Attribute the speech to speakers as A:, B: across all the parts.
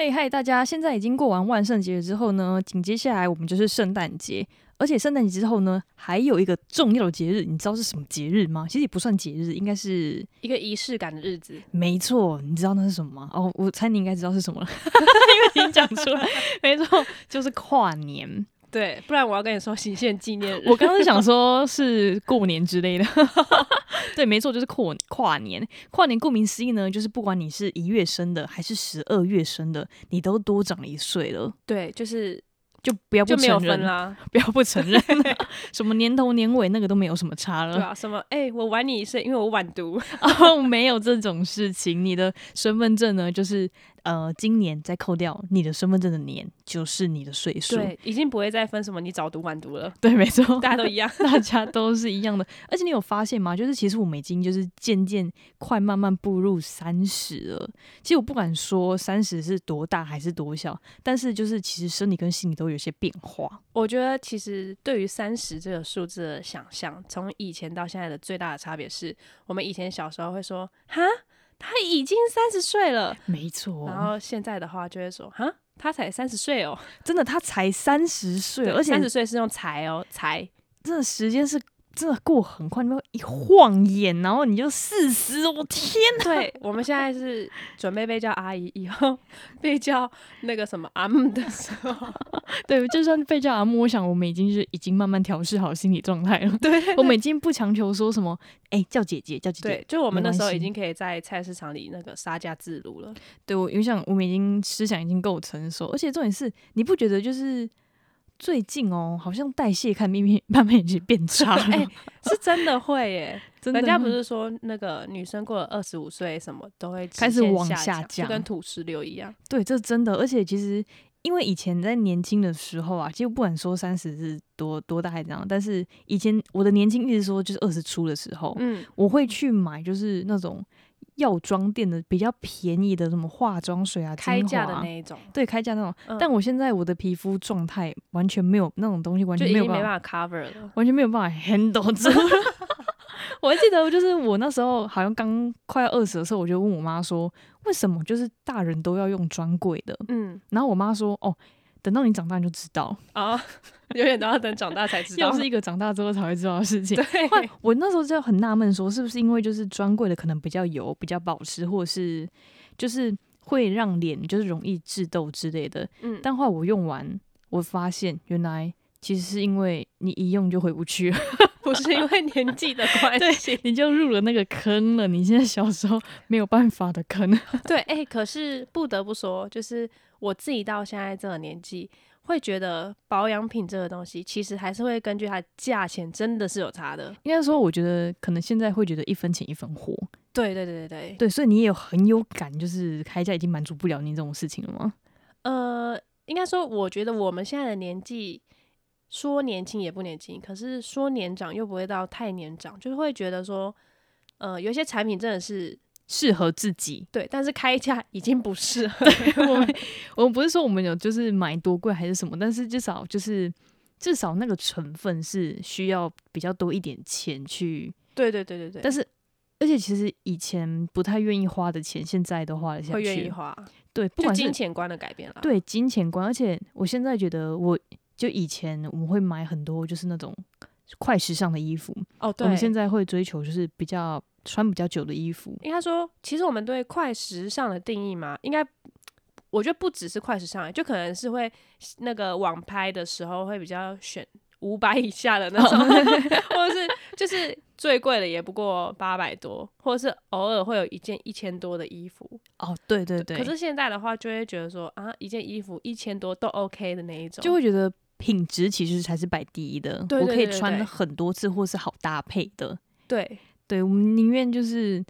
A: 嘿嗨，大家！现在已经过完万圣节之后呢，紧接下来我们就是圣诞节，而且圣诞节之后呢，还有一个重要的节日，你知道是什么节日吗？其实也不算节日，应该是
B: 一个仪式感的日子。
A: 没错，你知道那是什么吗？哦，我猜你应该知道是什么了， 因为你讲出来，没错，就是跨年。
B: 对，不然我要跟你说行宪纪念日。
A: 我刚刚想说是过年之类的， 对，没错，就是跨跨年。跨年顾名思义呢，就是不管你是一月生的还是十二月生的，你都多长了一岁了，
B: 对，就是
A: 就不要不
B: 就没有
A: 承
B: 分
A: 认，
B: 啦，
A: 不要不 承认，什么年头年尾那个都没有什么差
B: 对
A: 了。
B: 啊，什么？哎、我晚你一岁，因为我晚读。
A: 哦， 没有这种事情。你的身份证呢，就是呃，今年再扣掉你的身份证的年，就是你的岁数。
B: 对， 已经不会再分什么你早读晚读了，
A: 对，没错，。
B: 大家都一样
A: 大家都是一样的。而且你有发现吗？就是其实我们已经就是渐渐快慢慢步入三十了。其实我不敢说三十是多大还是多小，但是就是其实生理跟心理都有些变化。
B: 我觉得其实对于三十这个数字的想象，从以前到现在的最大的差别是，我们以前小时候会说哈，他已经三十岁了，
A: 没错
B: 然后现在的话就会说哈，他才三十岁哦，
A: 真的他才三十岁，而且
B: 三十岁是用才哦，才
A: 真的时间是。真的过很快，你们一晃眼，然后你就四十，我天哪！
B: 对，我们现在是准备被叫阿姨，以 后被叫那个什么阿姆的时候，
A: 对，就算被叫阿木，我想我们已经是已经慢慢调试好心理状态 了。
B: 对
A: 我们已经不强求说什么，哎、叫姐姐，叫姐姐
B: 对，，就我们
A: 没
B: 那时候
A: 关系
B: 已经可以在菜市场里那个杀价自如 了。
A: 对我有想，我们已经思想已经够成熟，而且重点是，你不觉得就是最近哦，好像代谢看慢慢慢慢已经变差 了，
B: 哎、是真的会耶！
A: 真的
B: 人家
A: 吗
B: 不是说那个女生过了二十五岁，什么都会直
A: 开始
B: 线
A: 往下
B: 降，
A: 降
B: 就跟土石流一样。
A: 对，这真的，而且其实因为以前在年轻的时候啊，其实不管说三十是多多大还是怎样，但是以前我的年轻一直说就是二十出的时候，
B: 嗯，
A: 我会去买就是那种药妆店的比较便宜的什么化妆水啊、
B: 开
A: 精华
B: 价的
A: 啊
B: 那一种，
A: 对开价那种，
B: 嗯
A: 但我现在我的皮肤状态完全没有那种东西，完
B: 就
A: 全
B: 已
A: 哦没有
B: 经
A: 办
B: 没
A: 法
B: 办法 cover 了。
A: 完全没有办法 handle 住。 我还记得，就是我那时候好像刚快要二十的时候，我就问我妈说，为什么就是大人都要用专柜的？
B: 嗯，
A: 然后我妈说，哦，等到你长大你就知道，
B: 啊，永远都要等长大才知道
A: 又。是一个长大之后才会知道的事情。
B: 对，
A: 我那时候就很纳闷，说是不是因为就是专柜的可能比较油、比较保湿，或者是就是会让脸就是容易致痘之类的。
B: 嗯，
A: 但后来我用完，我发现原来其实是因为你一用就回不去了。
B: 不是因为年纪的关系。
A: 你就入了那个坑了。你现在小时候没有办法的坑，
B: 对，哎、可是不得不说，就是我自己到现在这个年纪，会觉得保养品这个东西，其实还是会根据它价钱，真的是有差的。
A: 应该说，我觉得可能现在会觉得一分钱一分货，
B: 对对对对对，
A: 对，所以你也有很有感，就是开价已经满足不了你这种事情了吗？
B: 呃，应该说，我觉得我们现在的年纪，说年轻也不年轻，可是说年长又不会到太年长，就是会觉得说，呃，有一些产品真的是
A: 适合自己，
B: 对，但是开价已经不适合。
A: 我们我们不是说我们有就是买多贵还是什么，但是至少就是至少那个成分是需要比较多一点钱去，
B: 对对对对对，
A: 但是而且其实以前不太愿意花的钱，现在都花得下去，
B: 会愿意，花，
A: 对，不
B: 就
A: 管是
B: 金钱观的改变了。
A: 对金钱观，而且我现在觉得我，就以前我们会买很多就是那种快时尚的衣服，
B: 哦，对，
A: 我们现在会追求就是比较穿比较久的衣服，
B: 应该说，其实我们对快时尚的定义嘛，应该我觉得不只是快时尚，欸就可能是会那个网拍的时候会比较选五百以下的那种，
A: 哦
B: 或者是就是最贵的也不过八百多，或者是偶尔会有一件一千多的衣服。
A: 哦，对对对，
B: 可是现在的话，就会觉得说啊，一件衣服一千多都 OK 的那一种，
A: 就会觉得品质其实才是摆第一的，
B: 对对
A: 我可
B: 对
A: 以
B: 对
A: 穿
B: 对
A: 很多次或是好搭配的，
B: 对
A: 对我们宁愿就是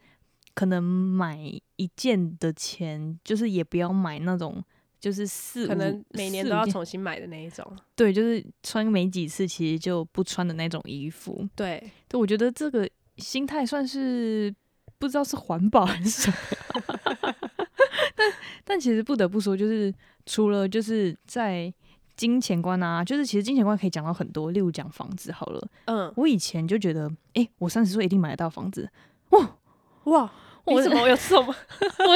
A: 可能买一件的钱，就是也不要买那种。就是四
B: 可
A: 五
B: 能每年
A: 四
B: 都
A: 五
B: 要
A: 件
B: 重新买的那一种。
A: 对，就是穿没几次，其实就不穿的那种衣服。
B: 对，
A: 对，我觉得这个心态算是不知道是环保还是什么， 但但其实不得不说，就是除了就是在金钱观啊，就是其实金钱观可以讲到很多，例如讲房子好了，
B: 嗯，
A: 我以前就觉得，诶，我三十岁一定买得到房子，哇，
B: 哇，我
A: 我
B: 怎么有这种
A: 我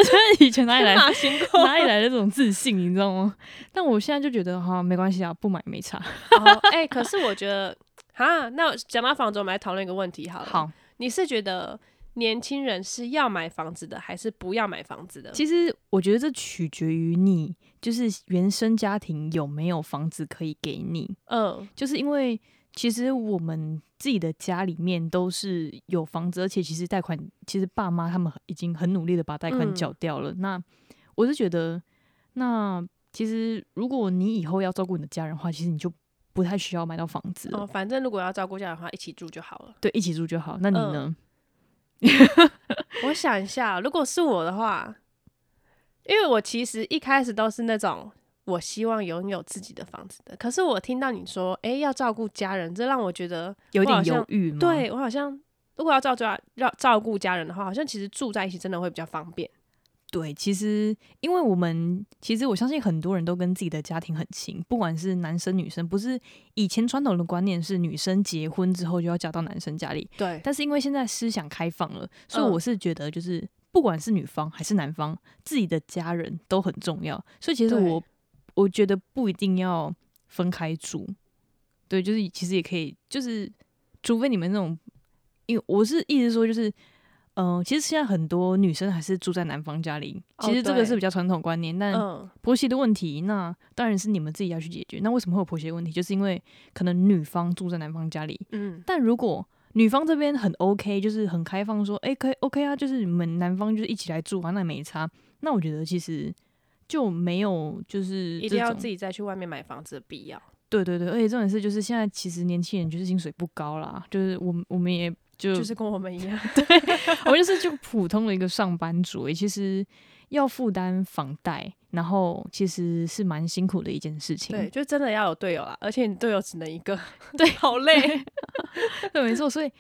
A: 觉得以前哪里来
B: 天 马行空？
A: 哪里来的这种自信，你知道吗？但我现在就觉得哈，没关系啊，不买 没差。
B: 哦哎、可是我觉得，哈，那讲到房子，我们来讨论一个问题好了。，
A: 好，
B: 你是觉得年轻人是要买房子的，还是不要买房子的？
A: 其实我觉得这取决于你，就是原生家庭有没有房子可以给你，
B: 嗯
A: 就是因为其实我们自己的家里面都是有房子，而且其实贷款，其实爸妈他们已经很努力的把贷款
B: 嗯
A: 缴掉了。那我是觉得，那其实如果你以后要照顾你的家人的话，其实你就不太需要买到房子了
B: 哦，反正如果要照顾家人的话，一起住就好了。
A: 对，一起住就好。那你
B: 嗯
A: 呢？
B: 我想一下，如果是我的话，因为我其实一开始都是那种我希望拥有自己的房子的，可是我听到你说，哎、要照顾家人，这让我觉得
A: 有
B: 我好
A: 点
B: 像
A: 犹豫吗？
B: 对我好像，如果要照家要照顾家人的话，好像其实住在一起真的会比较方便。
A: 对，其实因为我们其实我相信很多人都跟自己的家庭很亲，不管是男生女生，不是以前传统的观念是女生结婚之后就要嫁到男生家里，
B: 对，
A: 但是因为现在思想开放了，所以
B: 嗯
A: 我是觉得就是不管是女方还是男方，自己的家人都很重要，所以其实
B: 对
A: 我我觉得不一定要分开住，对，就是其实也可以，就是除非你们那种，因为我是意思说就是。嗯、其实现在很多女生还是住在男方家里，
B: 哦
A: 其实这个
B: 对
A: 是比较传统观念，但
B: 嗯，
A: 婆媳的问题，那当然是你们自己要去解决。那为什么会有婆媳的问题？就是因为可能女方住在男方家里，
B: 嗯，
A: 但如果女方这边很 OK，就是很开放说，诶，可以 OK 啊，就是你们男方就是一起来住啊，那没差。那我觉得其实就没有就是
B: 一定要自
A: 己
B: 己再去外面买房子的必要。
A: 对对对，而且重点是就是现在其实年轻人就是薪水不高啦，就是我们我们也就
B: 就是跟我们一样，
A: 我们就是就普通的一个上班族、诶其实要负担房贷，然后其实是蛮辛苦的一件事情。
B: 对，就真的要有队友啦，而且你队友只能一个，
A: 对，
B: 好 累。
A: 对，没错。所以，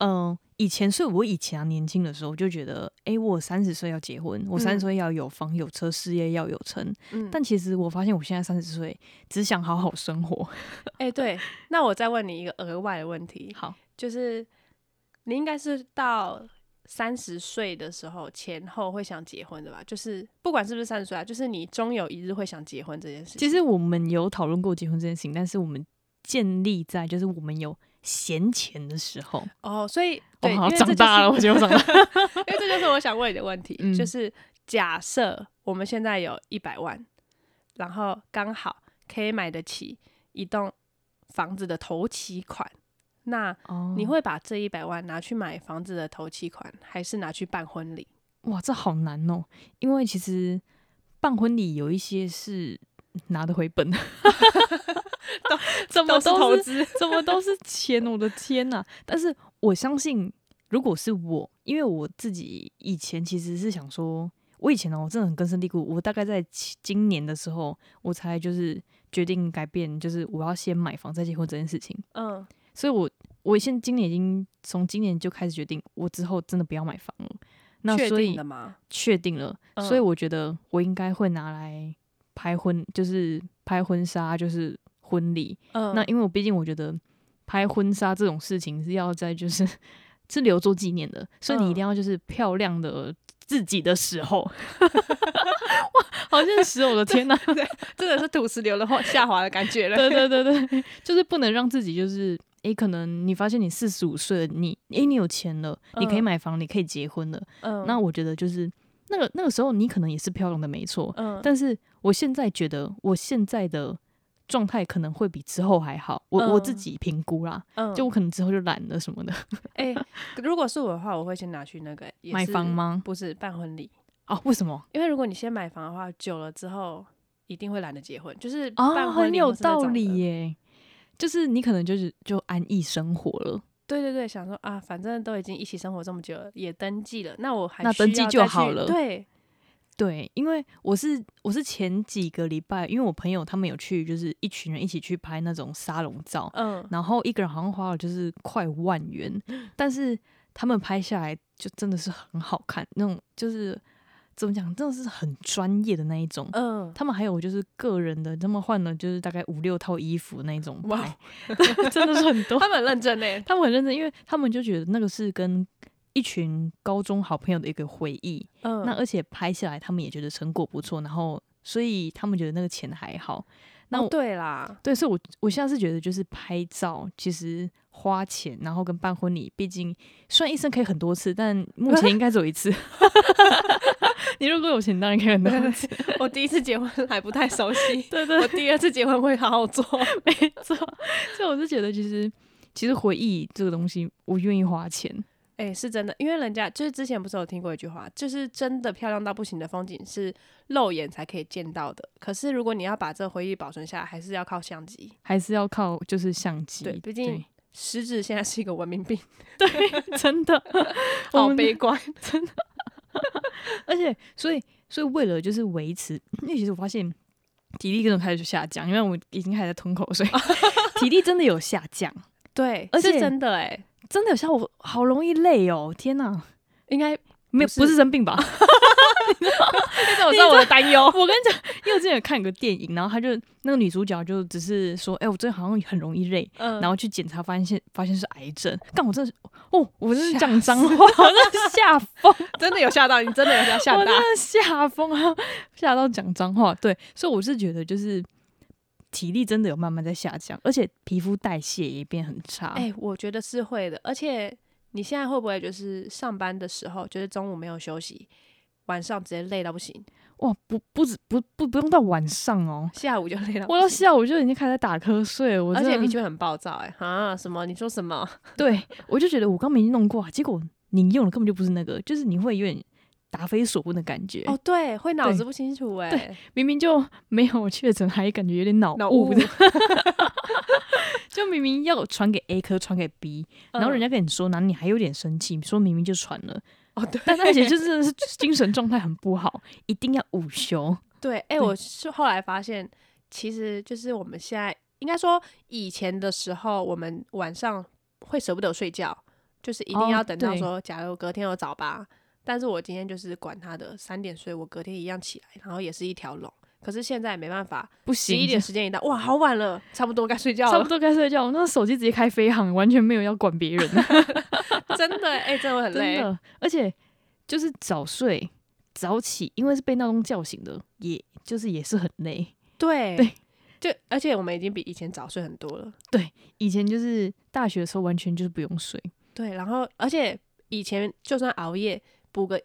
A: 嗯、以前，所以我以前啊，年轻的时候就觉得，诶，我三十岁要结婚，我三
B: 嗯
A: 十岁要有房有车，事业要有成。
B: 嗯，
A: 但其实我发现，我现在三十岁，只想好好生活。
B: 哎、对，那我再问你一个额外的问题，
A: 好，
B: 就是你应该是到三十岁的时候前后会想结婚的吧？就是不管是不是三十岁啊，就是你终有一日会想结婚这件事情。
A: 其实我们有讨论过结婚这件事情，但是我们建立在就是我们有闲钱的时候。
B: 哦，所以
A: 我
B: 对，
A: 好
B: 因为
A: 像长
B: 这
A: 大了，
B: 就
A: 我觉得我长大。
B: 是 因为这就是我想问你的问题，
A: 嗯
B: 就是假设我们现在有一百万，然后刚好可以买得起一栋房子的头期款，那
A: 哦
B: 你会把这一百万拿去买房子的头期款，还是拿去办婚礼？
A: 哇，这好难哦，因为其实办婚礼有一些是拿得回本的， 怎么
B: 都是投资，
A: 怎么都是钱，我的天呐、但是我相信，如果是我，因为我自己以前其实是想说，我以前哦、真的很根深蒂固，我大概在其今年的时候，我才就是决定改变，就是我要先买房再结婚这件事情。
B: 嗯，
A: 所以我我现今年已经从今年就开始决定，我之后真的不要买房了。那
B: 确
A: 所以
B: 定的吗？
A: 确定了，
B: 嗯
A: 所以我觉得我应该会拿来拍婚，就是拍婚纱，就是婚礼。
B: 嗯，
A: 那因为我毕竟我觉得拍婚纱这种事情是要在就是 是留作纪念的，所以你一定要就是漂亮的自己的时候。 哇，好现实哦！我的天哪，
B: 真的是土石流的后下滑的感觉了。
A: 对对对对， 就是不能让自己就是。诶，可能你发现你四十五岁了，你诶，你有钱了，你可以
B: 嗯
A: 买房，你可以结婚了。
B: 嗯，
A: 那我觉得就是那个那个时候，你可能也是漂亮的，没错。
B: 嗯，
A: 但是我现在觉得，我现在的状态可能会比之后还好。我、我自
B: 嗯
A: 己评估啦，
B: 嗯
A: 就我可能之后就懒了什么的。
B: 哎、如果是我的话，我会先拿去那个也
A: 买
B: 是
A: 房吗？
B: 不是办婚礼，
A: 哦，为什么？
B: 因为如果你先买房的话，久了之后一定会懒得结婚，就是
A: 哦，
B: 办婚
A: 很
B: 礼
A: 有
B: 或是那
A: 道
B: 种的
A: 理。耶。就是你可能就是就安逸生活了，
B: 对对对，想说啊，反正都已经一起生活这么久了，也登记了，那我还
A: 那
B: 需要
A: 登记
B: 再
A: 就
B: 去
A: 好了
B: 对，
A: 对，因为我是我是前几个礼拜，因为我朋友他们有去，就是一群人一起去拍那种沙龙照，
B: 嗯，
A: 然后一个人好像花了就是快万元，但是他们拍下来就真的是很好看，那种就是怎么讲，真的是很专业的那一种。
B: 嗯，
A: 他们还有就是个人的，他们换了就是大概五六套衣服那一种
B: 哇哦
A: 拍，真的是很多。
B: 他们很认真呢、
A: 他们很认真，因为他们就觉得那个是跟一群高中好朋友的一个回忆。
B: 嗯，
A: 那而且拍下来，他们也觉得成果不错，然后所以他们觉得那个钱还好。那
B: 哦
A: 我、
B: 对啦，
A: 对，所以我我现在是觉得，就是拍照其实花钱，然后跟办婚礼，毕竟虽然一生可以很多次，但目前应该只有一次。 你如果有钱，当然可以 很多次。，
B: 我第一次结婚还不太熟悉
A: 对对
B: 我第二次结婚会好好做。
A: 没错。所以我是觉得，其实其实回忆这个东西，我愿意花钱。
B: 哎、是真的，因为人家就是之前不是有听过一句话，就是真的漂亮到不行的风景是肉眼才可以见到的。可是如果你要把这回忆保存下来，还是要靠相机。
A: 还是要靠就是相机，
B: 对毕竟食指现在是一个文明 病，
A: 对真 的我
B: 好
A: 们
B: 悲观。
A: 而且，所以，所以为了就是维持，因为其实我发现体力真的开始下降，因为我已经开始在吞口 水，体力真的有下降，
B: 对，
A: 而且
B: 是真的哎、
A: 真的有下，我好容易累哦，天哪！
B: 应该
A: 没
B: 不
A: 有，
B: 是
A: 不是生病 吧？
B: 这我知 道我的担忧。
A: 我跟你讲，因为我之前有看有个电影，然后他就那个女主角就只是说，哎、我最近好像很容易累，
B: 嗯
A: 然后去检查发现发现是癌症，但我真的是，哦，我真是
B: 吓
A: 讲
B: 死
A: 脏话， 我真的吓 疯。
B: 真的有吓到你，真的有吓
A: 我
B: 吓
A: 真
B: 到。
A: 的吓疯 啊，吓到讲脏话。对，所以我是觉得就是体力真的有慢慢在下降，而且皮肤代谢也变很差。
B: 哎、我觉得是会的，而且你现在会不会就是上班的时候，就是中午没有休息，晚上直接累到不行，
A: 哇，不不止不不不用到晚上哦，
B: 下午就累到不
A: 我到
B: 行
A: 下午就已经开始在打瞌睡了，我
B: 而且
A: 真的
B: 脾气会很暴躁、哎，啊，什么？你说什么？
A: 对我就觉得我刚没弄过啊，结果你用的根本就不是那个，就是你会有点。答非所问的感觉，
B: 哦，对，会脑
A: 对
B: 子不清楚、哎
A: 对，明明就没有确诊，还感觉有点脑
B: 脑
A: 雾
B: 雾
A: 的，就明明要传给 A 科，传给 B，然后人
B: 家、
A: 家跟你说，然后你还有点生气，说明明就传了，
B: 哦，对，
A: 但而且就真的是精神状态很不好，一定要午休。
B: 对，哎、
A: 对
B: 我是后来发现，其实就是我们现在应该说以前的时候，我们晚上会舍不得睡觉，就是一定
A: 哦
B: 要等到
A: 对
B: 说，假如隔天有早八，但是我今天就是管他的，三点睡，我隔天一样起来，然后也是一条龙。可是现在没办法，
A: 不
B: 十
A: 行，
B: 一点时间一到，哇，好晚了，差不多该睡觉
A: 差不
B: 了，
A: 多该睡觉。我那手机直接开飞行，完全没有要管别人，
B: 真的，哎、真的会很
A: 真
B: 累，
A: 的。而且就是早睡早起，因为是被闹钟叫醒的，也就是也是很累。
B: 对
A: 对。
B: 就而且我们已经比以前早睡很多了，
A: 以前就是大学的时候，完全就是不用睡，
B: 对，然后而且以前就算熬夜补个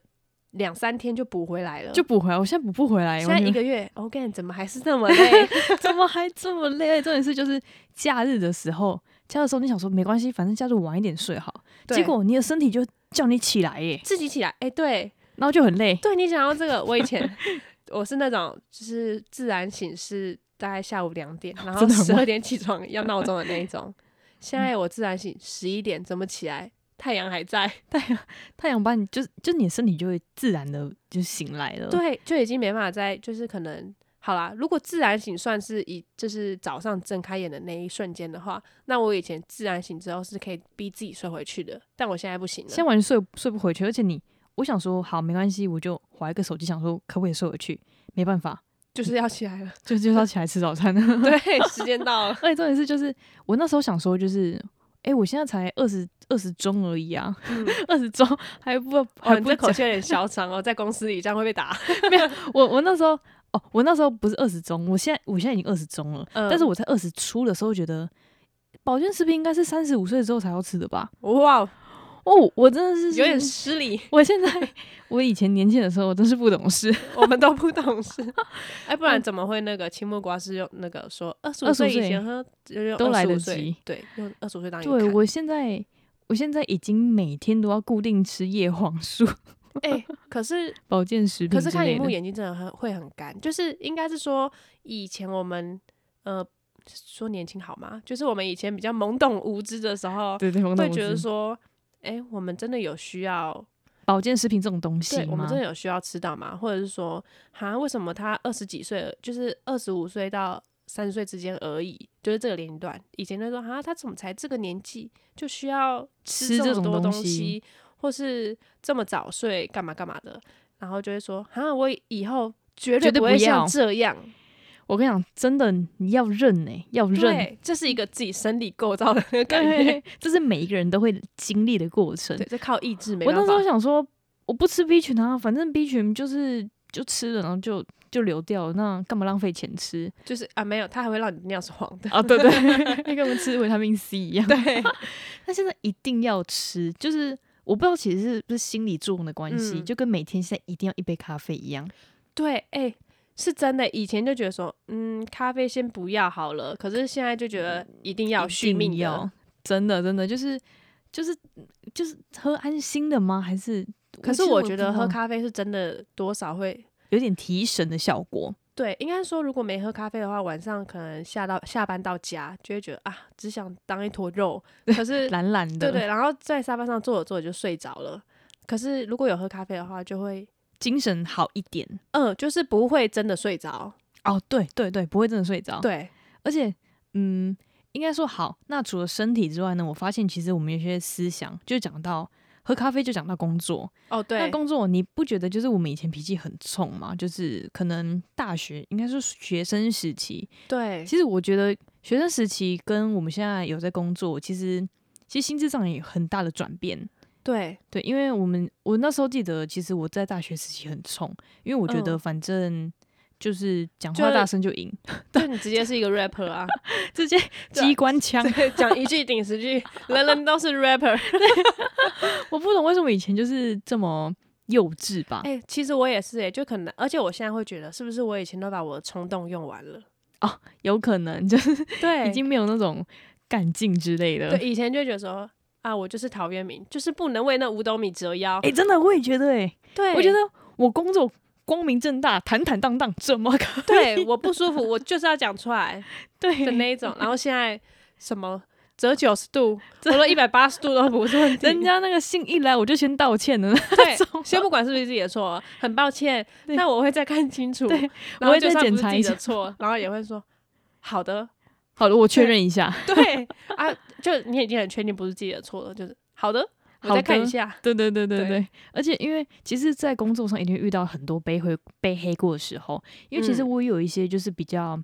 B: 两三天就补回来了，
A: 就补回来。我现在补不回来，
B: 现
A: 完
B: 在
A: 全
B: 一个月，我、干怎么还是那么累？
A: 怎么还这么累？重点是就是假日的时候，假日的时候你想说没关系，反正假日晚一点睡好，
B: 对
A: 结果你的身体就叫你起来耶，
B: 自己起来，哎、对
A: 然后就很累。
B: 对，你想到这个，我以前我是那种就是自然醒是大概下午两点，然后
A: 真的很
B: 十
A: 晚
B: 二点起床要闹钟的那一 种。现在我自然醒十一点，怎么起来？太阳还在，
A: 太阳把你就是就你的身体就会自然的就醒来了。，
B: 对，就已经没办法再就是可能好啦。如果自然醒算是以就是早上睁开眼的那一瞬间的话，那我以前自然醒之后是可以逼自己睡回去的，但我现在不行了
A: 现在。完全睡睡不回去，而且你我想说好没关系，我就划一个手机，想说可不可以睡回去，没办法，
B: 就是要起来 了，
A: 就就是要起来吃早餐。
B: 对，时间到了，
A: 而且重点是就是我那时候想说就是。哎、我现在才二十二十中而已啊，
B: 嗯，
A: 二十中还不
B: 哦，
A: 还
B: 你
A: 不
B: 这口
A: 讲
B: 气有点嚣张哦，在公司里这样会被打。
A: 我我那时候哦，我那时候不是二十中，我现在我现在已经二十中了，
B: 嗯
A: 但是我在二十出的时候觉得，保健食品应该是三十五岁之后才要吃的吧？
B: 哇，
A: 哦，我真的是
B: 有点，失礼，
A: 我现在我以前年轻的时候我真是不懂事，
B: 我们都不懂事。哎，不然
A: 嗯
B: 怎么会那个青木瓜是用那个说二十五
A: 25
B: 岁以
A: 岁
B: 前喝，就用
A: 都来得
B: 25岁
A: 及，
B: 对，用二十五岁当一
A: 对我现在。我现在已经每天都要固定吃叶黄素
B: 哎，可是
A: 保健食品
B: 可
A: 之
B: 是
A: 类的，
B: 看荧幕眼睛真的很会很干，就是应该是说以前我们呃说年轻好吗？就是我们以前比较懵懂无知的时候，
A: 对对，我
B: 会
A: 懂
B: 觉
A: 我
B: 得
A: 知
B: 说，哎，我们真的有需要
A: 保健食品这种东西
B: 对，我们
A: 吗
B: 真的有需要吃到吗？或者是说，哈，为什么他二十几岁，就是二十五岁到三十岁之间而已，就是这个年龄段，以前就说，哈，他怎么才这个年纪就需要
A: 吃
B: 吃
A: 这
B: 这么
A: 种
B: 多
A: 东
B: 东
A: 西
B: 西，或是这么早睡，干嘛干嘛的，然后就会说，哈，我以后绝对
A: 绝对
B: 会
A: 不要
B: 像这样。
A: 我跟你讲，真的你要认呢、要认。
B: 对，这是一个自己身体构造的那 个感觉，
A: 对，这是每一个人都会经历的过程
B: 对，。这靠意志没
A: 我
B: 办法。
A: 那时候想说，我不吃 B 群啊，反正 B 群就是就吃了，然后就就流掉了，那干嘛浪费钱吃
B: 就是啊，没有，它还会让你尿是黄的。
A: 啊？对对， 那跟我们吃维他命 C 一样。
B: 对，
A: 那现在一定要吃，就是我不知道其实是不是心理作用的关系，
B: 嗯
A: 就跟每天现在一定要一杯咖啡一样。
B: 对，哎、是真的。以前就觉得说，嗯，咖啡先不要好了，可是现在就觉得一定要
A: 一
B: 续
A: 定
B: 命的
A: 要，真的真的就是就是就是喝安心的吗？还是？
B: 可是
A: 其实
B: 我
A: 也
B: 觉
A: 不
B: 得
A: 知
B: 喝
A: 道
B: 咖啡是真的多少会。
A: 有点提神的效果，
B: 对，应该说，如果没喝咖啡的话，晚上可能下到下班到家，就会觉得啊，只想当一坨肉。可是
A: 懒懒
B: 对
A: 的，
B: 对，然后在沙发上坐着坐着就睡着了。可是如果有喝咖啡的话，就会
A: 精神好一点。
B: 嗯，就是不会真的睡着。
A: 哦，对对对，不会真的睡着。，
B: 对，
A: 而且嗯，应该说好。那除了身体之外呢，我发现其实我们有些思想就讲到。喝咖啡就讲到工作，
B: 哦
A: 那
B: 对，
A: 工作你不觉得就是我们以前脾气很冲嘛？就是可能大学应该是学生时期，
B: 对，
A: 其实我觉得学生时期跟我们现在有在工作，其实其实心智上也有很大的转变。
B: 对，
A: 对，因为我们我那时候记得，其实我在大学时期很冲，因为我觉得
B: 嗯
A: 反正就是讲
B: 就
A: 话
B: 是
A: 大声就赢，
B: 就你直接是一个 rapper 啊，
A: 直接
B: 对
A: 机关 枪。
B: 对，讲一句顶十 句，人人都是 rapper。
A: 我不懂为什么以前就是这么幼稚吧？
B: 哎、其实我也是哎、就可能，而且我现在会觉得，是不是我以前都把我的冲动用完了？
A: 有可能就是
B: 对，
A: 已经没有那种干劲之类的。
B: 对，以前就觉得说啊，我就是陶渊明，就是不能为那五斗米折腰。
A: 哎、真的我也觉得、欸，
B: 对，
A: 我觉得我工作光明正大、坦坦荡荡，怎么可
B: 对，我不舒服，我就是要讲出来
A: 对
B: 的那一种。然后现在什么折九十度，折了一百八十度都不是问题。
A: 人家那个信一来，我就先道歉了。
B: 对
A: 种啊，
B: 先不管是不是自己的错，很抱歉，
A: 对
B: 那我会再看清楚
A: 对，
B: 然
A: 我
B: 后
A: 会
B: 就
A: 再
B: 算
A: 检
B: 不是
A: 查
B: 自
A: 一
B: 己的
A: 下
B: 错，然后也会说好的，
A: 好的，我确认一下。
B: 对啊，就你已经很确定不是自己的错了，就是好的，我
A: 好
B: 再看
A: 的
B: 一下。
A: 对对对对对，
B: 对
A: 而且因为其实，在工作上一定会遇到很多背黑背黑过的时候，因为其实
B: 嗯
A: 我有一些就是比较，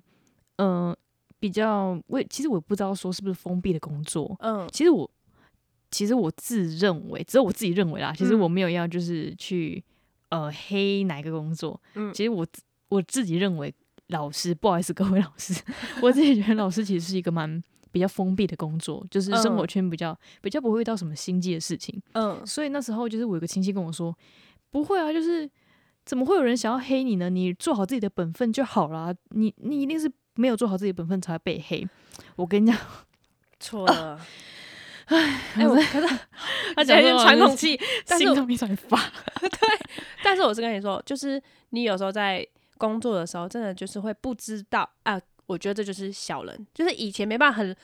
A: 嗯、比较我其实我也不知道说是不是封闭的工作，
B: 嗯，
A: 其实我其实我自认为，只有我自己认为啦，其实
B: 嗯
A: 我没有要就是去呃黑哪一个工作，
B: 嗯
A: 其实我自我自己认为，老师不好意思各位老师， 我自己觉得老师其实是一个蛮。比较封闭的工作，就是生活
B: 嗯
A: 圈比较、比较不会遇到什么心机的事情，
B: 嗯，
A: 所以那时候就是我有个亲戚跟我说，不会啊，就是怎么会有人想要黑你呢？你做好自己的本分就好啦，你你一定是没有做好自己的本分才会被黑。我跟你讲，
B: 错了。哎、我
A: 我
B: 可是
A: 他
B: 而且还是
A: 讲说
B: 传统气，但是
A: 心脏一直发，
B: 但是我是跟你说，就是你有时候在工作的时候，真的就是会不知道啊。我觉得这就是小人，就是以前没办法很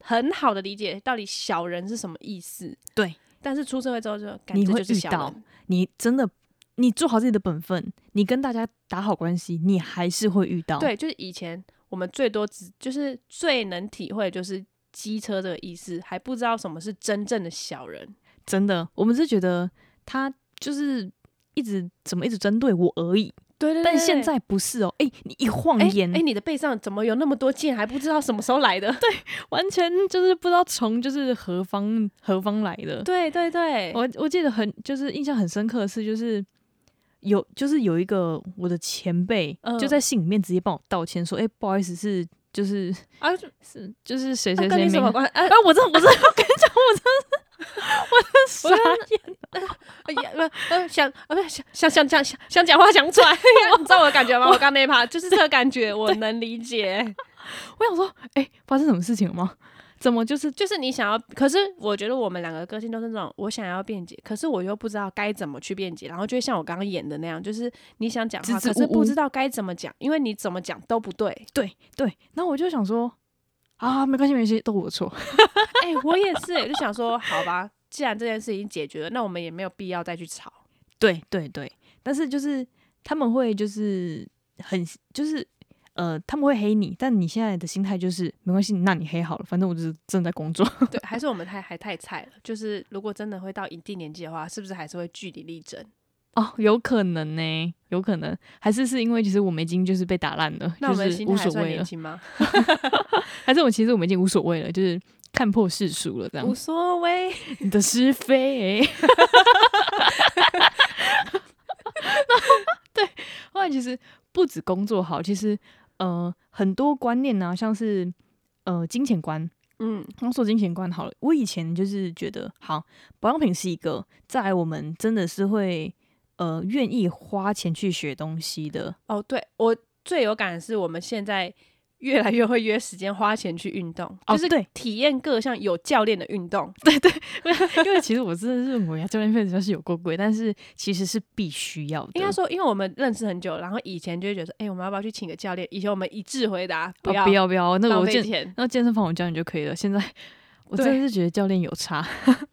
B: 很好的理解到底小人是什么意思。
A: 对，
B: 但是出社会之后就感
A: 你
B: 觉
A: 会
B: 就是
A: 遇
B: 小
A: 到
B: 人。
A: 你真的你做好自己的本分，你跟大家打好关系，你还是会遇到。，
B: 对，就是以前我们最多只就是最能体会的就是机车这个意思，还不知道什么是真正的小人。
A: 真的，我们是觉得他就是一直怎么一直针对我而已，
B: 对对
A: 但现在不是哦。哎、你一晃
B: 哎
A: 眼，
B: 哎，你的背上怎么有那么多剑？还不知道什么时候来的？对
A: 完全就是不知道虫就是何方何方来的。
B: 对对 对，
A: 我我记得很就是印象很深刻的是，就是有就是有一个我的前辈、
B: 嗯
A: 就在信里面直接帮我道歉说，哎、不好意思，是就是
B: 啊，
A: 是就是谁
B: 那
A: 谁
B: 跟
A: 谁
B: 你什
A: 没
B: 么关？啊
A: 哎、，我真的我真的我跟你讲，我真的是我真的傻眼，
B: 哎呀，不，呃，想，呃，不，想，想，想，想，想想讲话讲不 出来， 你知道我的感觉吗？我刚那一趴就是这个感觉，我能理解。
A: 我想说，哎、发生什么事情了吗？怎么就是
B: 就是你想要，可是我觉得我们两个个性都是那种，我想要辩解，可是我又不知道该怎么去辩解，然后就会像我刚刚演的那样，就是你想讲话，
A: 支支
B: 可是
A: 吾吾。
B: 不知道该怎么讲，因为你怎么讲都不对
A: 对对？然后我就想说，啊，没关系没关系，都我错。
B: 哎、我也是、我就想说，好吧，既然这件事已经解决了，那我们也没有必要再去吵。
A: 对对对，但是就是他们会就是很就是呃他们会黑你，但你现在的心态就是没关系，那你黑好了，反正我就是正在工作。
B: 对，还是我们太还太菜了。就是如果真的会到一定年纪的话，是不是还是会据理力争？
A: 哦，有可能呢、有可能，还是是因为其实我们已经就是被打烂了，
B: 那我们
A: 就
B: 的
A: 是
B: 心
A: 无
B: 态还
A: 所
B: 算
A: 谓
B: 年
A: 了，
B: 轻吗？
A: 还是我其实我们已经无所谓了，就是看破世俗了这样
B: 无。所谓，
A: 你的是非、 欸。然后对，后来其实不止工作好，其实呃很多观念呢、像是呃金钱观，
B: 嗯，
A: 刚说金钱观好了，我以前就是觉得好保养品是一个，再来我们真的是会呃愿意花钱去学东西的，
B: 哦，对我最有感的是我们现在。越来越会约时间花钱去运动，
A: 哦
B: 就是
A: 对
B: 体验各项有教练的运动。
A: 因为其实我真的认为啊，教练费主要是有够贵，但是其实是必须要的。哦
B: 应该说，因为我们认识很久，然后以前就会觉得说，哎、我们要不要去请个教练？以前我们一致回答
A: 不
B: 要，
A: 哦不要不要，那个
B: 浪
A: 我
B: 费
A: 健
B: 钱，
A: 那健身房我教你就可以了。现在我真的是觉得教练有差，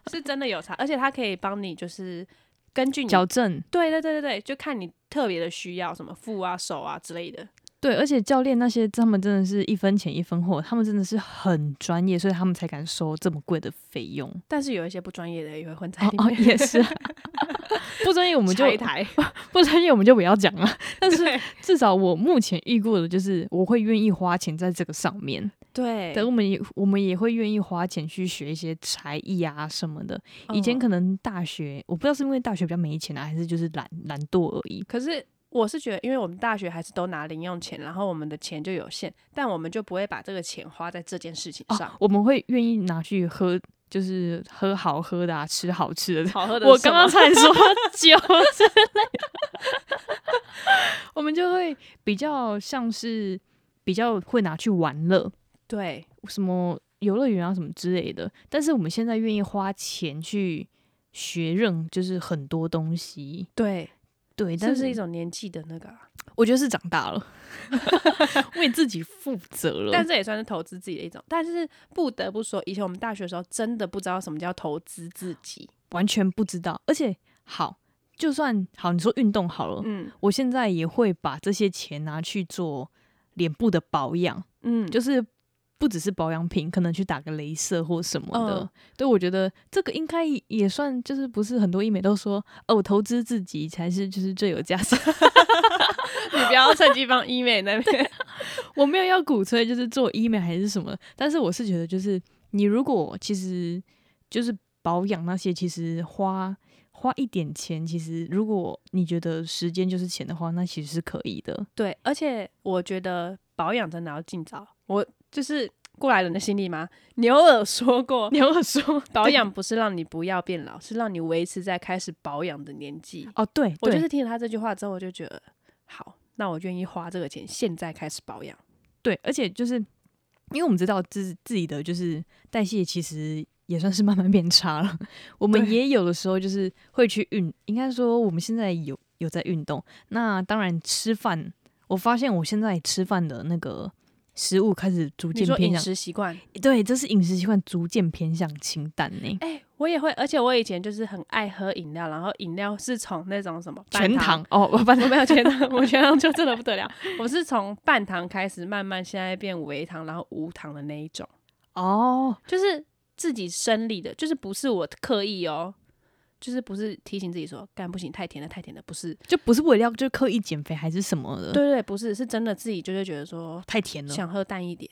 B: 是真的有差，而且他可以帮你，就是根据你
A: 矫正
B: 对对对对对，就看你特别的需要，什么腹啊、手啊之类的。
A: 对，而且教练那些他们真的是一分钱一分货，他们真的是很专业，所以他们才敢收这么贵的费用。
B: 但是有一些不专业的也会混在
A: 哦
B: 里面，
A: 哦，也 是、啊，不专业我
B: 我
A: 们就
B: 一台，
A: 不专业我们就不要讲 了。但是
B: 对
A: 至少我目前遇过的就是，我会愿意花钱在这个上面。
B: 对
A: 等我们也我们也会愿意花钱去学一些才艺啊什么的。以前
B: 嗯
A: 可能大学，我不知道是因为大学比较没钱啊，还是就是懒懒惰而已。
B: 可是我是觉得，因为我们大学还是都拿零用钱，然后我们的钱就有限，但我们就不会把这个钱花在这件事情上。
A: 哦我们会愿意拿去喝，就是喝好喝的啊，吃好吃的。
B: 好喝的，
A: 我刚刚才说酒之类的， 我们就会比较像是比较会拿去玩乐，
B: 对
A: 什么游乐园啊什么之类的。但是我们现在愿意花钱去学认，就是很多东西。
B: 对，
A: 对，
B: 这
A: 但
B: 是一种年纪的那个啊、
A: 我觉得是长 大了，为自己负责了。
B: 但这也算是投资自己的一种。但是不得不说，以前我们大学的时候真的不知道什么叫投资自己。
A: 完全不知道，而且好，就算好，你说运动好了，
B: 嗯
A: 我现在也会把这些钱拿去做脸部的保养，
B: 嗯，就
A: 就是不只是保养品，可能去打个镭射或什么的。
B: 嗯
A: 对，我觉得这个应该也算，就是不是很多医美都说哦，投资自己才是就是最有价值。
B: 你不要趁机帮医美那边。
A: 我没有要鼓吹就是做医美还是什么，但是我是觉得就是你如果其实就是保养那些，其实花花一点钱，其实如果你觉得时间就是钱的话，那其实是可以的。
B: 对，而且我觉得保养真的要尽早。我就是过来人的心理嘛，牛耳说 过，
A: 你有说
B: 保养不是让你不要变老，是让你维持在开始保养的年纪。
A: 哦，对，
B: 我
A: 对
B: 就是听了他这句话之后，我就觉得好，那我愿意花这个钱，现在开始保养。
A: 对，而且就是因为我们知道自自己的就是代谢其实。也算是慢慢变差了。我们
B: 对
A: 也有的时候就是会去运，应该说我们现在有有在运动。那当然吃饭，我发现我现在吃饭的那个食物开始逐
B: 你
A: 渐
B: 说
A: 偏
B: 饮
A: 向，
B: 食习惯，
A: 对，这是饮食习惯逐渐偏向清淡呢、
B: 哎、我也会，而且我以前就是很爱喝饮料，然后饮料是从那种什么哎半
A: 全糖，哦，我把
B: 我没有全糖，我全糖就真的不得了。我是从半糖开始，慢慢现在变微糖，然后无糖的那一种，
A: 哦，
B: 就是自己生理的，就是不是我刻意哦，就是不是提醒自己说干不行，太甜了，太甜了，不是，
A: 就不是为了要就刻意减肥还是什么的，
B: 对，对，不是，是真的自己就是觉得说
A: 太甜了。
B: 想喝淡一点，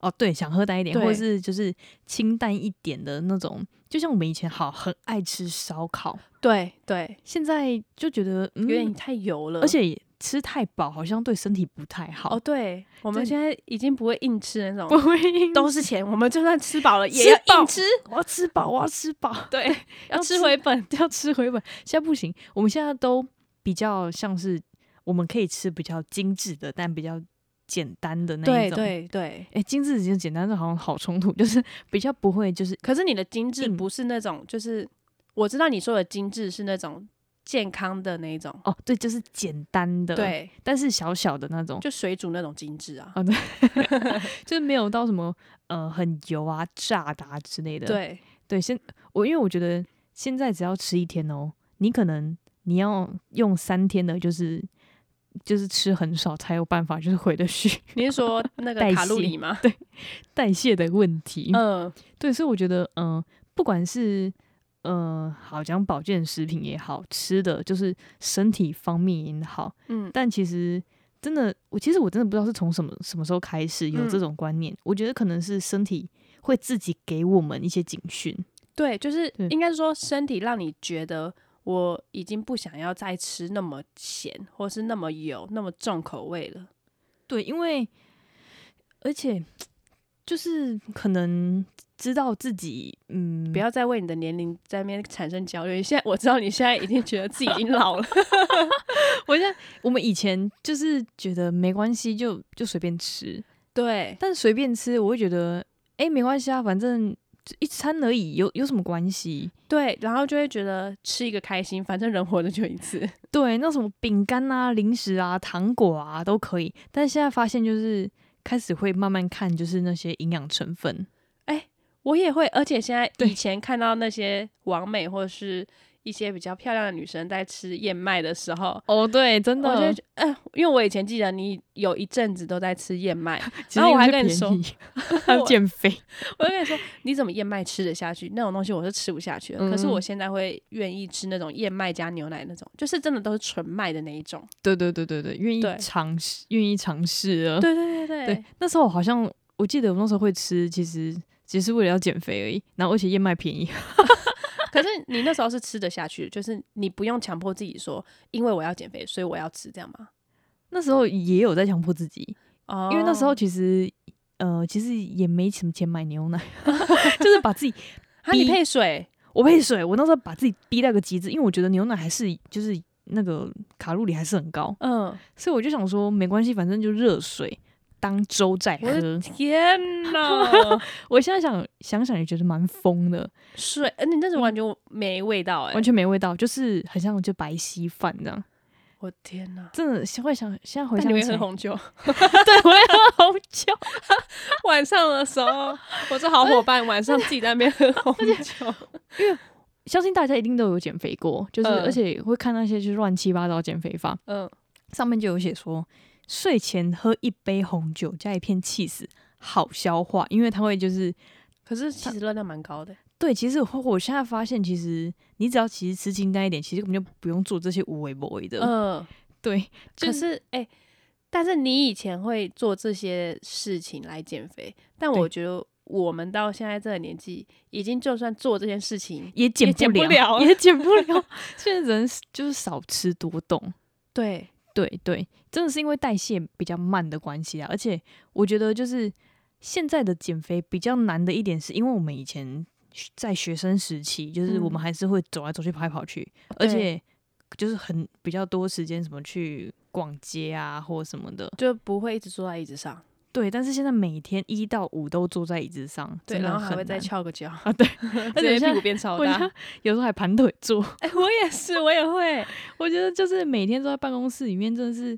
A: 哦，对，想喝淡一点，
B: 对
A: 或者是就是清淡一点的那种，就像我们以前好很爱吃烧烤，
B: 对对，
A: 现在就觉得嗯，
B: 有点太油了，
A: 而且也吃太饱好像对身体不太好，
B: 哦，对，我们
A: 这
B: 现在已经不会硬吃那
A: 不
B: 种。
A: 会
B: 都是钱，我们就算吃饱了也
A: 吃
B: 要
A: 饱
B: 硬吃，
A: 我要吃饱，我要吃饱，
B: 对，要吃
A: 吃
B: 回本。
A: 要吃回本。现在不行，我们现在都比较像是我们可以吃比较精致的，但比较简单的那一
B: 对
A: 种。
B: 对对，
A: 哎、精致就简单，这好像好冲突，就是比较不会，就是
B: 可是你的精致
A: 硬
B: 不是那种，就是我知道你说的精致是那种健康的那一种，
A: 哦，对，就是简单的，，
B: 对，
A: 但是小小的那种，
B: 就水煮那种精致啊，
A: 哦，对，就是没有到什么呃很油啊、炸的啊之类的。
B: 对，
A: 对，现我因为我觉得现在只要吃一天哦，你可能你要用三天的，就是就是吃很少才有办法，就是回得去
B: 你是说那 个
A: 代
B: 卡路
A: 谢
B: 里吗？
A: 代谢的问题。
B: 嗯，
A: 对，所以我觉得嗯、呃不管是呃，好讲保健食品也好，吃的就是身体方面也好，
B: 嗯，
A: 但其实真的，我其实我真的不知道是从什么什么时候开始有这
B: 嗯
A: 种观念。我觉得可能是身体会自己给我们一些警讯，
B: 对，就是
A: 对
B: 应该说身体让你觉得我已经不想要再吃那么咸，或是那么油、那么重口味了。
A: 嗯对，因为而且就是可能知道自己，嗯，
B: 不要再为你的年龄在那边产生焦虑。现在我知道你现在已经觉得自己已经老 了，
A: 我现在我们以前就是觉得没关系，就就随便吃，
B: 对，
A: 但随便吃我会觉得，哎、没关系啊，反正一餐而已，有有什么关系？
B: 对，然后就会觉得吃一个开心，反正人活着就一次。
A: 对，那什么饼干啊、零食啊、糖果啊都可以，但现在发现就是开始会慢慢看，就是那些营养成分。
B: 我也会，而且现在
A: 对
B: 以前看到那些网美或是一些比较漂亮的女生在吃燕麦的时候，
A: 哦，对，真
B: 我就会觉得，嗯、因为我以前记得你有一阵子都在吃燕 麦，
A: 其实
B: 然后我
A: 因为
B: 还
A: 是
B: 跟你
A: 便
B: 说
A: 宜， 还有
B: 我
A: 减肥，
B: 我就跟你说，你怎么燕麦吃得下去？那种东西我是吃不下去的。可是
A: 嗯
B: 我现在会愿意吃那种燕麦加牛奶那种，就是真的都是纯麦的那一种。
A: 对对对对对，愿意
B: 对
A: 尝试，愿意尝试了。
B: 对对对
A: 对，那时候好像我记得我那时候会吃，其实只是为了要减肥而已，然后而且燕麦便宜。
B: 可是你那时候是吃得下去的，就是你不用强迫自己说，因为我要减肥，所以我要吃这样吗？
A: 那时候也有在强迫自己，
B: 哦
A: 因为那时候其实呃其实也没什么钱买 牛奶， 就是把自己
B: 啊，你
A: 逼
B: 配水
A: 我配水，我那时候把自己逼到一个极致，因为我觉得牛奶还是就是那个卡路里还是很高，
B: 嗯，
A: 所以我就想说没关系，反正就热水当粥在
B: 我的
A: 喝。
B: 天 哪，
A: 我现在想想想也觉得蛮疯的，
B: 水，呃你那种完全没味道哎、
A: 完全没味道，就是很像就白稀饭这样。
B: 我天哪！
A: 真的现在想现在回
B: 但你会
A: 想起
B: 喝
A: 来，
B: 红酒，
A: 对，我也喝红酒，
B: 晚上的时候，我是好伙伴，晚上自己在那边喝红酒。
A: 相信大家一定都有减肥过，就是、
B: 嗯
A: 而且会看那些就是乱七八糟减肥法，
B: 嗯，
A: 上面就有写说，睡前喝一杯红酒加一片 cheese 好消化，因为它会就是
B: 可是其实热量蛮高的。
A: 对。其实我我现在发现，其实你只要其实吃清淡一点，其实根本就不用做这些无为不为的。
B: 嗯，
A: 对，
B: 可是哎、但是你以前会做这些事情来减肥，但
A: 对
B: 我觉得我们到现在这个年纪，已经就算做这件事情，
A: 也减
B: 减不
A: 了，
B: 了
A: 也减不了。现在人就是少吃多动。
B: 对，
A: 对对，真的是因为代谢比较慢的关系啊，而且我觉得就是现在的减肥比较难的一点，是因为我们以前学在学生时期，就是我们
B: 嗯
A: 还是会走来走去、跑来跑去，而
B: 对
A: 且就是很比较多时间什么去逛街啊或什么的。
B: 就不会一直坐在椅子上，
A: 对，但是现在每天一到五都坐在椅子上，
B: 对，
A: 真的
B: 然后还
A: 很
B: 会再
A: 难
B: 翘个脚，
A: 啊，对，
B: 直
A: 而且
B: 接屁
A: 我现在
B: 股变超
A: 我现在
B: 大。
A: 有时候还盘腿坐。
B: 哎、我也是，我也会。
A: 我觉得就是每天坐在办公室里面，真的是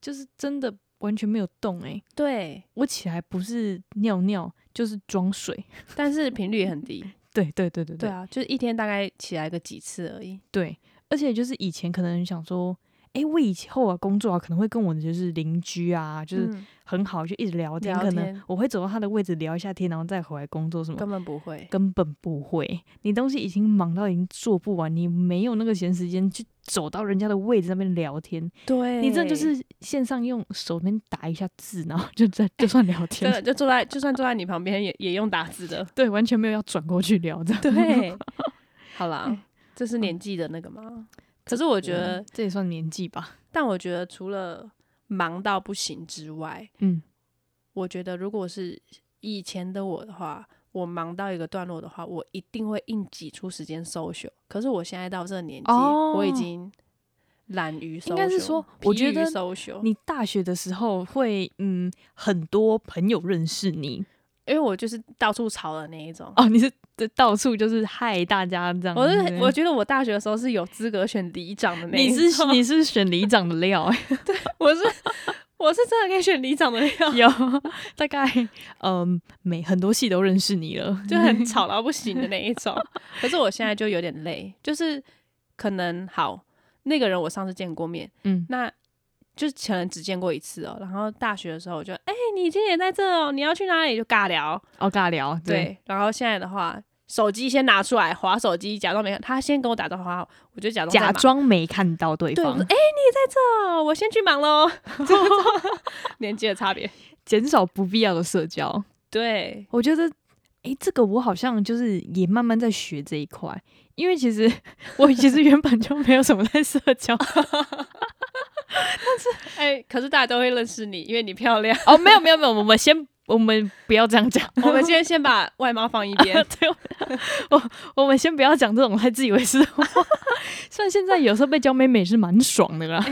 A: 就是真的完全没有动哎、
B: 对，
A: 我起来不是尿尿就是装水。
B: 但是频率也很低。
A: 对对对对
B: 对
A: 对
B: 啊，就是一天大概起来个几次而已。
A: 对，而且就是以前可能想说，诶，我以后啊工作啊可能会跟我的就是邻居啊，就是
B: 嗯
A: 很好，就一直聊天，
B: 聊
A: 可能
B: 天
A: 我会走到他的位置聊一下天，然后再回来工作什么。
B: 根本不会。
A: 根本不会，你东西已经忙到已经做不完，你没有那个闲时间去走到人家的位置那边聊天，
B: 对
A: 你这就是线上用手边打一下字，然后就在就算聊天
B: 真
A: 了，
B: 的，就坐在就算坐在你旁边也也用打字的。
A: 对，完全没有要转过去聊这样。
B: 对， 哎好啦，这是年纪的那个吗？可是我觉得，
A: 这也算年纪吧。
B: 但我觉得除了忙到不行之外，
A: 嗯，
B: 我觉得如果是以前的我的话，我忙到一个段落的话，我一定会硬挤出时间 social。可是我现在到这个年纪，
A: 哦
B: 我已经懒于 social，
A: 应该是说我觉得
B: social，
A: 你大学的时候会嗯很多朋友认识你
B: 因为我就是到处吵的那一种。
A: 哦，你是到处就是害大家这样。
B: 我是
A: 对不对
B: 我觉得我大学的时候是有资格选里长的那一
A: 你
B: 种，
A: 是你是选里长的料、哎
B: 我是我是真的可以选里长的那种，
A: 有大概嗯每很多系都认识你了。
B: 就很吵到不行的那一种。可是我现在就有点累，就是可能好那个人我上次见过面，
A: 嗯，
B: 那就是可能只见过一次哦。然后大学的时候我就哎、你今天也在这哦，你要去哪里就尬聊
A: 哦尬聊
B: 对，然后现在的话手机先拿出来划手机，假装没看。他先跟我打招呼，我就假装在
A: 假
B: 忙
A: 装没看到对
B: 对，我
A: 方
B: 说哎、，你也在这，哦我先去忙喽。 年纪的差 别，
A: 减少不必要的社交。
B: 对，
A: 我觉得，诶，这个我好像就是也慢慢在学这一块，因为其 实我其实原本就没有什么在社交
B: 哎、可是大家都会认识你，因为你漂 亮。
A: 哦，没有没有没有，我们先我们不要这样讲，，
B: 我们今天先把外貌放一边
A: 对，我我我们先不要讲这种太自以为是的话。 虽然现在有时候被叫妹妹是蛮爽的啦，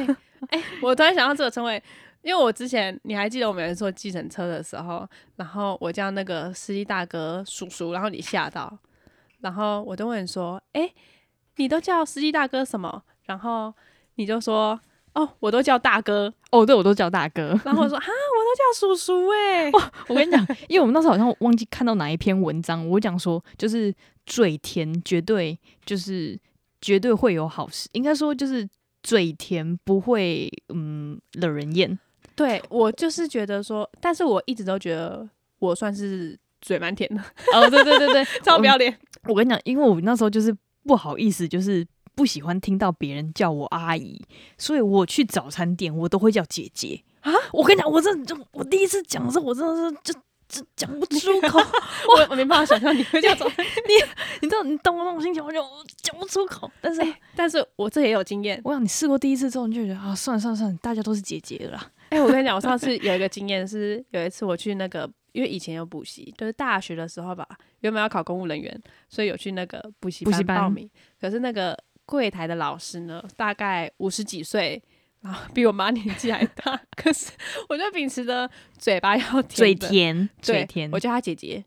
B: 哎、我突然想到这个称谓，因为我之前你还记得我们有人坐计程车的时候，然后我叫那个司机大哥叔叔，然后你吓到，然后我就问你说，哎、你都叫司机大哥什么？然后你就说，哦，我都叫大哥。
A: 哦，对我都叫大哥。
B: 然后 我说，哈，我都叫叔叔哎、
A: 我跟你讲，因为我们那时候好像忘记看到哪一篇文章，我讲说就是嘴甜绝对就是绝对会有好事，应该说就是嘴甜不会嗯惹人厌。
B: 对我就是觉得说，但是我一直都觉得我算是嘴蛮甜的，
A: 哦，对对对对，
B: 超不要脸。
A: 我跟你讲，因为我那时候就是不好意思，就是不喜欢听到别人叫我阿姨，所以我去早餐店我都会叫姐姐
B: 啊。
A: 我跟你讲，我真的就我第一次讲的时候，我真的是就。就讲不出口，
B: 我我没办法想象你会叫什么，
A: 你知道你懂我那种心情，我就我讲不出口。但是、
B: 但是我这也有经验。
A: 我想你试过第一次之后，你就觉得啊，算了算了算了，大家都是姐姐了啦。
B: 哎、我跟你讲，我上次有一个经验是，有一次我去那个，因为以前有补习，就是大学的时候吧，原本要考公务人员，所以有去那个补习
A: 补习班
B: 报名。可是那个柜台的老师呢，大概五十几岁，然后比我妈年纪还大。可是我就秉持着嘴巴要
A: 嘴
B: 甜的，
A: 甜，
B: 对
A: 嘴甜
B: 我。叫她姐姐。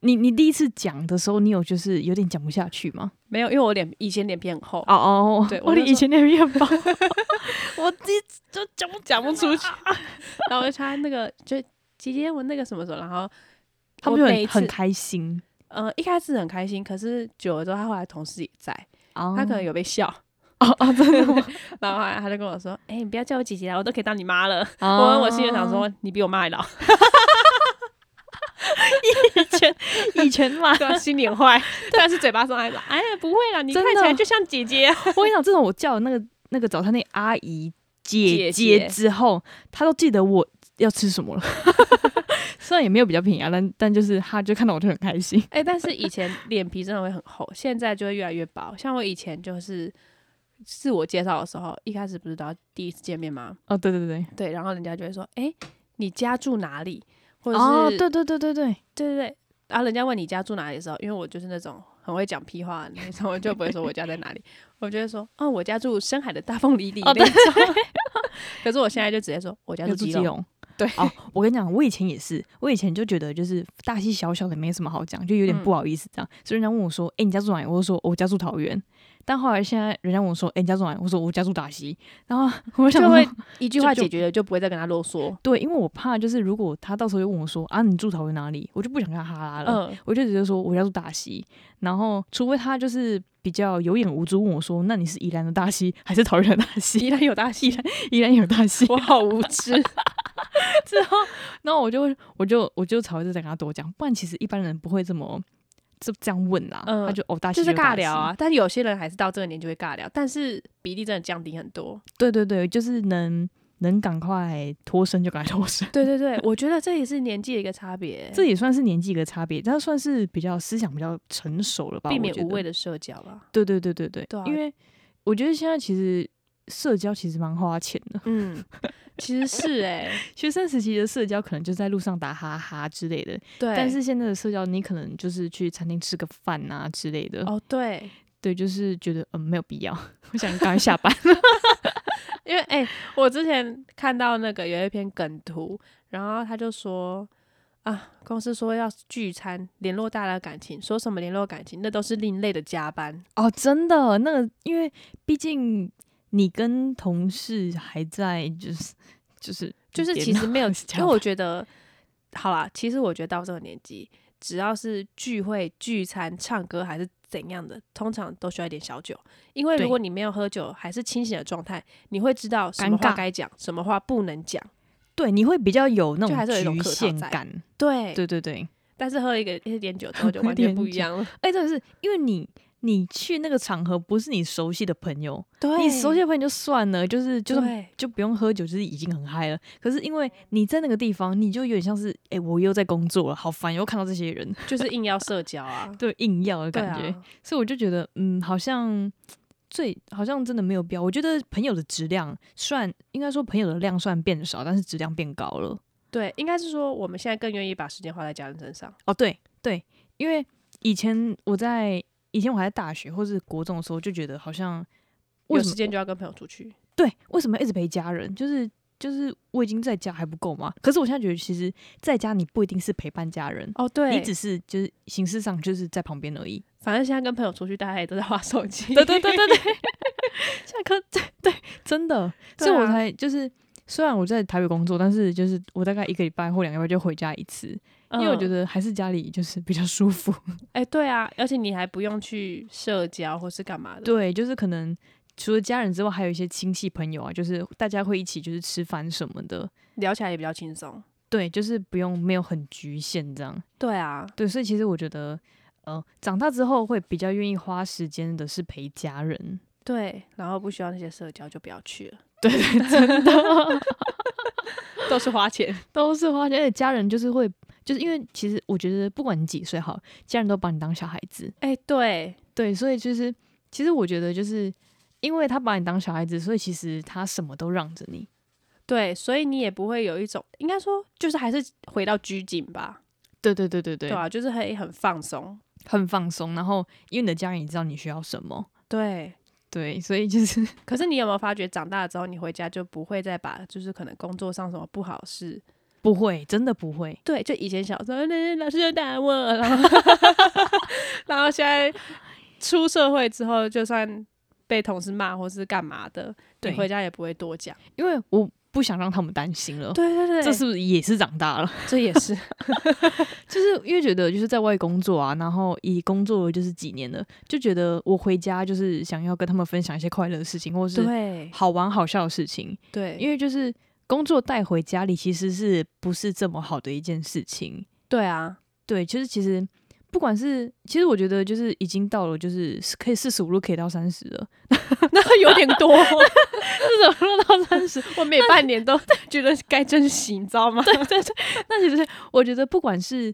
A: 你你第一次讲的时候，你有就是有点讲不下去吗？
B: 没有，因为我脸以前脸皮很厚，
A: 哦哦，
B: 对
A: 我
B: 我就
A: 的以
B: 说
A: 前那面 包，我第一次就讲不
B: 讲不出去。 然后我就穿那个，就姐姐我那个什么什么，然后
A: 他们
B: 我
A: 就
B: 每一
A: 很
B: 次
A: 很开心
B: 呃一开始很开心，可是久了之后，他后来同事也在，
A: 啊
B: 他可能有被笑。
A: 哦哦，真的吗？
B: 然后后来他就跟我说：“哎、你不要叫我姐姐啦，我都可以当你妈了。
A: 啊
B: 我我心里想说：“你比我妈还 老，
A: 以前嘛，
B: 对啊，心里很坏，但是嘴巴上还说：“哎呀，不会啦，你看
A: 真的
B: 起来就像姐姐。啊
A: 我跟你讲，自从我叫那个那个早餐店阿姨姐
B: 姐姐
A: 姐之后，她都记得我要吃什么了。 虽然也没有比较便宜啊，但但就是她就看到我就很开心。
B: 哎、但是以前脸皮真的会很厚，现在就会越来越薄。像我以前就是自我介绍的时候，一开始不是都要第一次见面吗？
A: 哦，对对对，
B: 对，然后人家就会说：“哎、你家住哪里？”或者是、
A: 哦，对对对对对，
B: 对对对，然后人家问你家住哪里的时候，因为我就是那种很会讲屁话的那种，我就不会说我家在哪里，我就会说哦，我家住深海的大凤梨里
A: 哦
B: 那
A: 对
B: 种。 可是我现在就直接说我家住
A: 住
B: 基
A: 基
B: 隆。
A: 隆。
B: 对
A: 哦，我跟你讲，我以前也是，我以前就觉得就是大溪小小的没什么好讲，就有点
B: 嗯
A: 不好意思这样。所以人家问我说：“哎、你家住哪里？”我就说：“哦我家住桃园。”但后来现在人家问我说：“哎、你家住哪里？”我说：“我家住大溪。” 然后我想
B: 就
A: 说
B: 会一句话
A: 就
B: 解决了，就不会再跟他啰嗦。
A: 对，因为我怕就是如果他到时候又问我说啊，你住桃园哪里，我就不想跟他哈拉了。
B: 嗯，
A: 我就直接说我要住大溪，然后除非他就是比较有眼无珠问我说，那你是宜兰的大溪还是桃园的大溪？
B: 依然有大戏，
A: 宜兰有大溪，
B: 我好无 知。
A: 然后我就我就我就才会再跟他多讲，不然其实一般人不会这么这这样问啦。
B: 嗯
A: 他就哦大溪
B: 就是
A: 有大
B: 尬聊
A: 溪，
B: 啊，但是有些人还是到这个年就会尬聊，但是比例真的降低很多。
A: 对对对，就是能能赶快脱身就赶快 脱身。
B: 对对对，我觉得这也是年纪的一个差别，
A: 这也算是年纪一个差别，但算是比较思想比较成熟了吧，
B: 避
A: 我
B: 免
A: 觉
B: 无
A: 得
B: 谓的社交吧。
A: 对对对对对，
B: 对啊
A: 因为我觉得现在其实社交其实蛮花钱的，
B: 嗯， 其实 是哎、
A: 学生时期的社交可能就在路上打哈哈之类的，
B: 对，
A: 但是现在的社交你可能就是去餐厅吃个饭啊之类的，
B: 哦对，
A: 对，就是觉得嗯没有必要，我想赶快下班。
B: 因为哎、我之前看到那个有一篇梗图，然后他就说啊，公司说要聚餐联络大家的感情，说什么联络感情，那都是另类的加班。
A: 哦，真的，那个因为毕竟你跟同事还在就是就是
B: 就是其实没有，因
A: 加
B: 为
A: 班
B: 我觉得好啦，其实我觉得到这个年纪，只要是聚会、聚餐、唱歌还是怎样的，通常都需要一点小酒，因为如
A: 对
B: 果你没有喝酒，还是清醒的状态，你会知道什么
A: 尴
B: 话
A: 尬
B: 该讲，什么话不能讲。
A: 对你会比较有那
B: 就还
A: 种
B: 是有一种
A: 局
B: 客套
A: 限
B: 在
A: 感，
B: 对，
A: 对对对，
B: 但是喝一个一点酒之后就完全不一样了。
A: 哎、真的是因为你你去那个场合不是你熟悉的朋友，
B: 对
A: 你熟悉的朋友就算了，就是就算
B: 对
A: 就不用喝酒，就是已经很嗨了。可是因为你在那个地方，你就有点像是哎、我又在工作了，好烦，又看到这些人，，
B: 就是硬要社交啊
A: 对，硬要的
B: 对
A: 感
B: 啊
A: 觉。所以我就觉得，嗯，好像最好像真的没有必要。我觉得朋友的质量算应该说朋友的量算变少，但是质量变高了。
B: 对，应该是说我们现在更愿意把时间花在家人身上。
A: 哦，对对，因为以前我在以前我还在大学或是国中的时候，就觉得好像为
B: 有时
A: 什么
B: 间就要跟朋友出去，
A: 对为什么一直陪家人，就是。就是我已经在家还不够吗？可是我现在觉得，其实在家你不一定是陪伴家人，
B: 哦，对，
A: 你只是就是形式上就是在旁边而已。
B: 反正现在跟朋友出去，大家也都在划手机。啊
A: 对对对对对，下课 对对，真的，
B: 对
A: 所以我
B: 啊
A: 才就是，虽然我在台北工作，但是就是我大概一个礼拜或两个礼拜就回家一次，因
B: 嗯
A: 为我觉，得还是家里就是比较舒服。
B: 哎、对啊，而且你还不用去社交或是干嘛的，
A: 对，就是可能除了家人之外，还有一些亲戚朋友啊，就是大家会一起就是吃饭什么的。
B: 聊起来也比较轻松。
A: 对，就是不用没有很局限这样。
B: 对啊，
A: 对，所以其实我觉得，呃，长大之后会比较愿意花时间的是陪家人。
B: 对，然后不需要那些社交就不要去了，
A: 对对，真的。
B: 都是花钱。
A: 都是花钱，而且家人就是会，就是因为其实我觉得不管你几岁好，家人都把你当小孩子，
B: 哎、对，
A: 对，所以就是其实我觉得就是因为他把你当小孩子，所以其实他什么都让着你，
B: 对，所以你也不会有一种，应该说就是还是回到拘谨吧，
A: 对对对对对，
B: 对啊，就是很很放松，
A: 很放松。然后因为你的家人也知道你需要什么，
B: 对。
A: 对，所以就是
B: 可是你有没有发觉，长大之后你回家就不会再把就是可能工作上什么不好的事，
A: 不会，真的不会。
B: 对，就以前小时候，那老师就打我，然后 然后现在出社会之后，就算被同事骂或是干嘛的，你
A: 对
B: 回家也不会多讲。
A: 因为我不想让他们担心了。
B: 对对对
A: 哦这是不是也是长大了？
B: 这也是
A: 就是因为觉得就是在外工作啊，然后以工作就是几年了，就觉得我回家就是想要跟他们分享一些快乐的事情，或是
B: 对
A: 好玩好笑的事情，
B: 对，
A: 因
B: 为
A: 为就是工作带回家里其实是不是这么好的一件事情？
B: 对啊，
A: 对，就是其实不管是，其实我觉得就是已经到了，就是可以四十五路可以到三十了，
B: 那有点多，
A: 四十五路到三十，
B: 我每半年都觉得该珍惜，你知道吗？
A: 那其实 我觉得不管是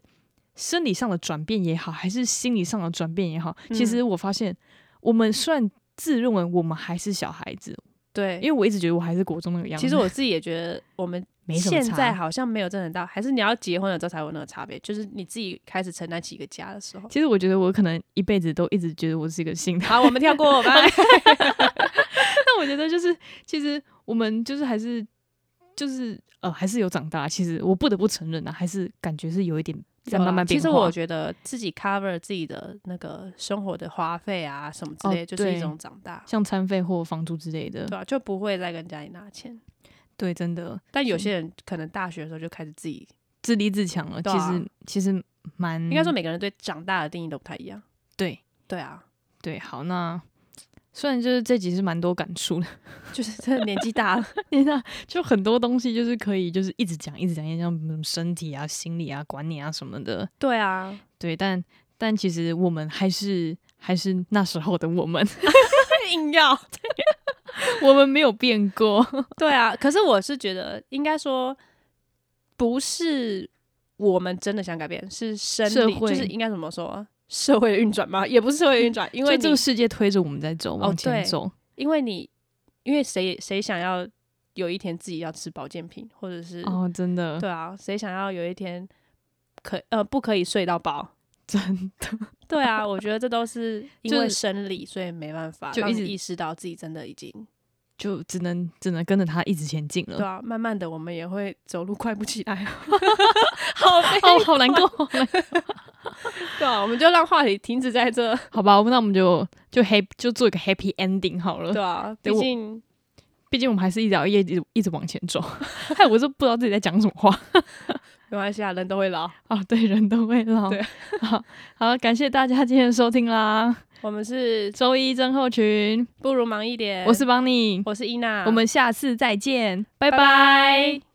A: 生理上的转变也好，还是心理上的转变也好，其实我发现我们虽然自认为我们还是小孩子，
B: 对，
A: 因为我一直觉得我还是国中那个样子，
B: 其实我自己也觉得我们。
A: 没什么
B: 现
A: 差
B: 在好像没有真的到，还是你要结婚了之后才有那个差别，就是你自己开始承担起一个家的时候。
A: 其实我觉得我可能一辈子都一直觉得我是一个性
B: 好，我们跳 过，拜。
A: 但我觉得就是，其实我们就是还是就是呃，还是有长大。其实我不得不承认啊，还是感觉是有一点在
B: 有
A: 慢
B: 啦
A: 慢变
B: 其
A: 化。
B: 实我觉得自己 cover 自己的那个生活的花费啊什么之
A: 哦
B: 类，就是一
A: 对
B: 种长大，
A: 像餐费或房租之类的，
B: 对啊，就不会再跟家里拿钱。
A: 对，真的
B: 但有
A: 是
B: 些人可能大学的时候就开始自己，
A: 自立自强了。
B: 对
A: 其
B: 啊
A: 实其实蛮
B: 应该说每个人对长大的定义都不太一样。
A: 对
B: 对啊，
A: 对。好，那虽然就是这集是蛮多感触的，
B: 就是真的年纪大了，
A: 你看就很多东西就是可以就是一直讲一直讲，像什么身体啊、心理啊、管理啊什么的。
B: 对 啊，
A: 对，但但其实我们还是还是那时候的我们。
B: 硬要，
A: 我们没有变过。
B: 对啊。可是我是觉得，应该说不是我们真的想改变，是生
A: 社
B: 理，就
A: 会
B: 是应该怎么说，啊社会的运转嘛，也不是社会的运 转，因
A: 因
B: 为
A: 为
B: 你哦
A: 这个世界推着我们在走，往前
B: 对
A: 走。
B: 因为你，因为谁谁想要有一天自己要吃保健品，或者是、
A: 哦真的，
B: 对啊，谁想要有一天可呃不可以睡到饱？
A: 真的，
B: 对啊，我觉得这都 是因
A: 就
B: 为
A: 是
B: 生理，所以没办法
A: 就
B: 让
A: 一
B: 你
A: 直
B: 意识到自己真的已经
A: 就只能只能跟着他一直前进
B: 对
A: 了。
B: 啊，慢慢的我们也会走路快不起来， 好悲
A: 哦， 好 难过。
B: 对啊，我们就让话题停止在这，
A: 好吧，那我们就就 happy 就做一个 happy ending 好了
B: 对。啊，
A: 呃对
B: 毕
A: 我
B: 竟
A: 毕竟我们还是一直要一直一直往前走。 害我都不知道自己在讲什么话
B: 没关系啊，人都会老。
A: 啊！对，人都会老。
B: 对，
A: 好，好，感谢大家今天的收听啦。
B: 我们是
A: 周一症候群，
B: 不如忙一点，
A: 我是邦尼，
B: 我是伊娜，
A: 我们下次再见，
B: 拜
A: 拜拜
B: 拜。